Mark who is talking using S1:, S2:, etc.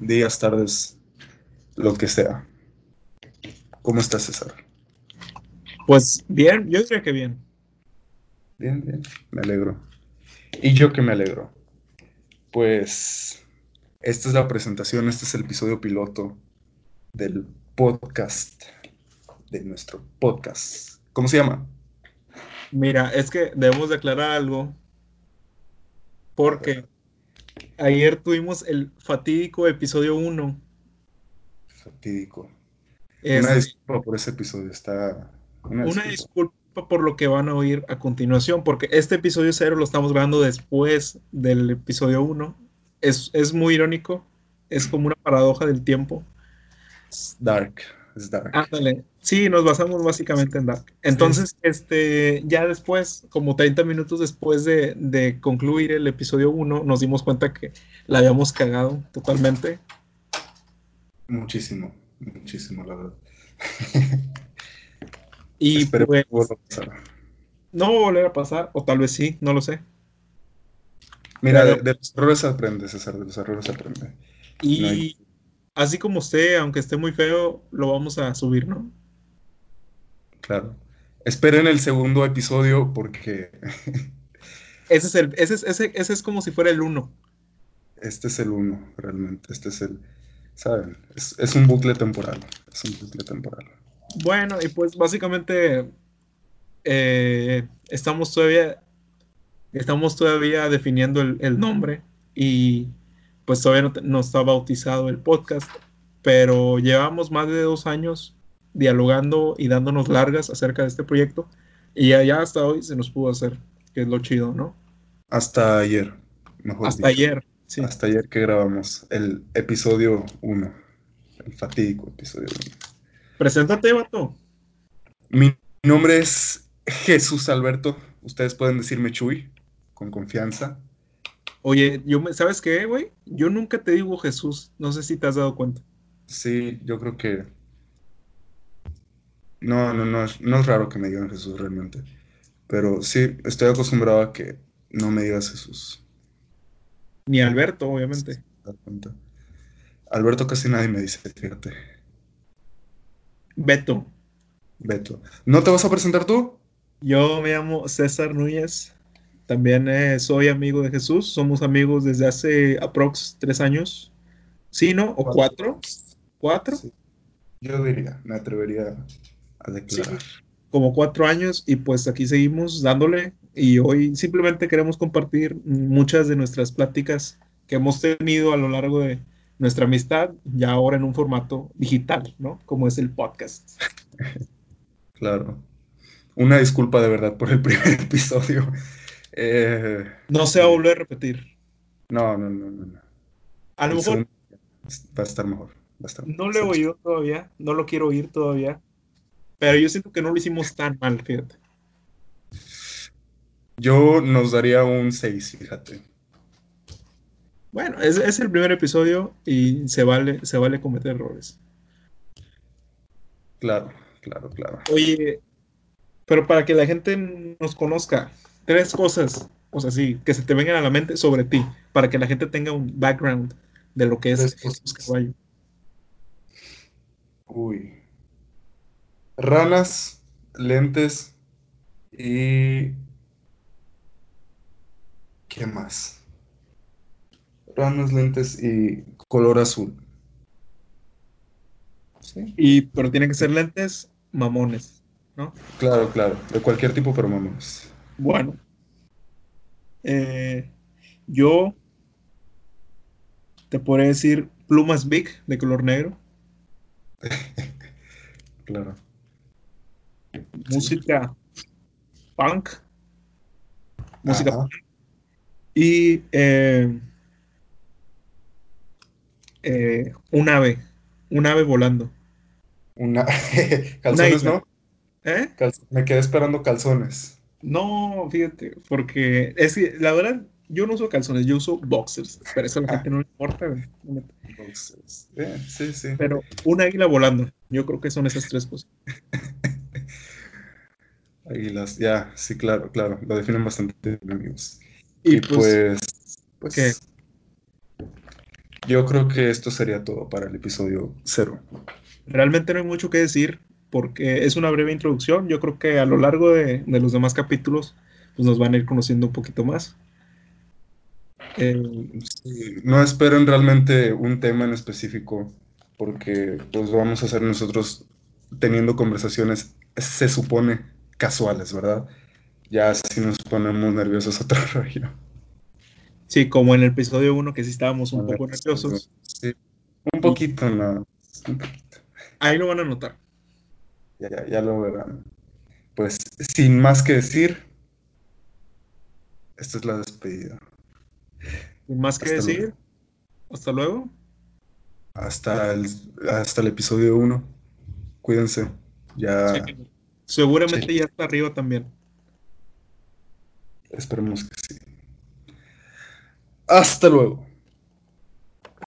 S1: días, tardes, lo que sea. ¿Cómo estás, César?
S2: Pues bien, yo diría que bien.
S1: Bien, bien, me alegro. Y yo que me alegro. Pues esta es la presentación, este es el episodio piloto del podcast, de nuestro podcast. ¿Cómo se llama?
S2: Mira, es que debemos declarar algo porque ayer tuvimos el fatídico episodio 1.
S1: Fatídico. Es, una disculpa por ese episodio, está...
S2: Una disculpa. una disculpa por lo que van a oír a continuación, porque este episodio 0 lo estamos grabando después del episodio 1. Es, es muy irónico, es como una paradoja del tiempo.
S1: Es dark, es dark.
S2: Ándale. Sí, nos basamos básicamente en Dark. Entonces, sí. este, ya después, como 30 minutos después de, de concluir el episodio 1, nos dimos cuenta que la habíamos cagado totalmente.
S1: Muchísimo, muchísimo, la verdad.
S2: y Esperemos pues, no, pasar. no va a volver a pasar, o tal vez sí, no lo sé.
S1: Mira, Pero, de, de, los errores aprende, César, de los errores aprende.
S2: Y... No hay así como esté, aunque esté muy feo, lo vamos a subir, ¿no?
S1: Claro. Esperen el segundo episodio porque...
S2: ese, es el, ese, es, ese, ese es como si fuera el uno.
S1: Este es el uno, realmente. Este es el... ¿Saben? Es, es un bucle temporal. Es un bucle temporal.
S2: Bueno, y pues básicamente eh, estamos todavía... Estamos todavía definiendo el, el nombre y pues todavía no, no, está bautizado el podcast, pero llevamos más de dos años dialogando y dándonos largas acerca de este proyecto y ya, hasta hoy se nos pudo hacer, que es lo chido, ¿no?
S1: Hasta ayer,
S2: mejor Hasta dicho. ayer,
S1: sí. Hasta ayer que grabamos el episodio 1, el fatídico episodio 1.
S2: Preséntate, vato.
S1: Mi nombre es Jesús Alberto, ustedes pueden decirme Chuy, con confianza.
S2: Oye, yo me, ¿sabes qué, güey? Yo nunca te digo Jesús. No sé si te has dado cuenta.
S1: Sí, yo creo que. No, no, no, es, no es raro que me digan Jesús realmente. Pero sí, estoy acostumbrado a que no me digas Jesús.
S2: Ni Alberto, obviamente. Sí,
S1: te das cuenta. Alberto casi nadie me dice, fíjate.
S2: Beto.
S1: Beto. ¿No te vas a presentar tú?
S2: Yo me llamo César Núñez. También eh, soy amigo de Jesús. Somos amigos desde hace aprox tres años. ¿Sí, no? ¿O cuatro? ¿Cuatro? Sí.
S1: Yo diría, me atrevería a declarar. Sí,
S2: como cuatro años y pues aquí seguimos dándole. Y hoy simplemente queremos compartir muchas de nuestras pláticas que hemos tenido a lo largo de nuestra amistad, ya ahora en un formato digital, ¿no? Como es el podcast.
S1: claro. Una disculpa de verdad por el primer episodio. Eh,
S2: no se va a volver a repetir.
S1: No, no, no, no. no.
S2: A lo mejor.
S1: Va a estar mejor. Va a estar
S2: no lo he oído todavía, no lo quiero oír todavía. Pero yo siento que no lo hicimos tan mal, fíjate.
S1: Yo nos daría un 6, fíjate.
S2: Bueno, es, es, el primer episodio y se vale, se vale cometer errores.
S1: Claro, claro, claro.
S2: Oye, pero para que la gente nos conozca, tres cosas, o sea, sí, que se te vengan a la mente sobre ti, para que la gente tenga un background de lo que es Jesús Caballo.
S1: Uy. Ranas, lentes y... ¿Qué más? Ranas, lentes y color azul.
S2: ¿Sí? Y, pero tienen que ser lentes mamones, ¿no?
S1: Claro, claro, de cualquier tipo, pero mamones.
S2: Bueno, eh, yo te podría decir plumas big de color negro.
S1: claro.
S2: Música punk. Música Ajá. punk. Y eh, eh, un ave. Un ave volando.
S1: Una... calzones, Una ¿no? Calz Me quedé esperando calzones.
S2: ¿Eh? No, fíjate, porque es que la verdad, yo no uso calzones, yo uso boxers, pero eso a la gente no le importa.
S1: Boxers. Yeah, eh, sí, sí.
S2: Pero un águila volando, yo creo que son esas tres cosas.
S1: Águilas, ya, yeah, sí, claro, claro, lo definen bastante amigos.
S2: Y, y pues, pues, pues, ¿qué?
S1: Yo creo que esto sería todo para el episodio cero.
S2: Realmente no hay mucho que decir porque es una breve introducción. Yo creo que a lo largo de, de los demás capítulos pues nos van a ir conociendo un poquito más.
S1: Eh, sí, no esperen realmente un tema en específico porque pues vamos a hacer nosotros teniendo conversaciones, se supone, casuales, ¿verdad? Ya si nos ponemos nerviosos otro rollo.
S2: Sí, como en el episodio 1 que sí estábamos un ver, poco nerviosos.
S1: Sí, un poquito nada. No.
S2: Ahí lo van a notar.
S1: Ya, ya, ya, lo verán. Pues sin más que decir, esta es la despedida.
S2: Sin más que hasta decir, luego. hasta luego.
S1: Hasta el, hasta el episodio 1. Cuídense. Ya. Sí.
S2: Seguramente Ah, sí. ya está arriba también.
S1: Esperemos que sí. Hasta luego.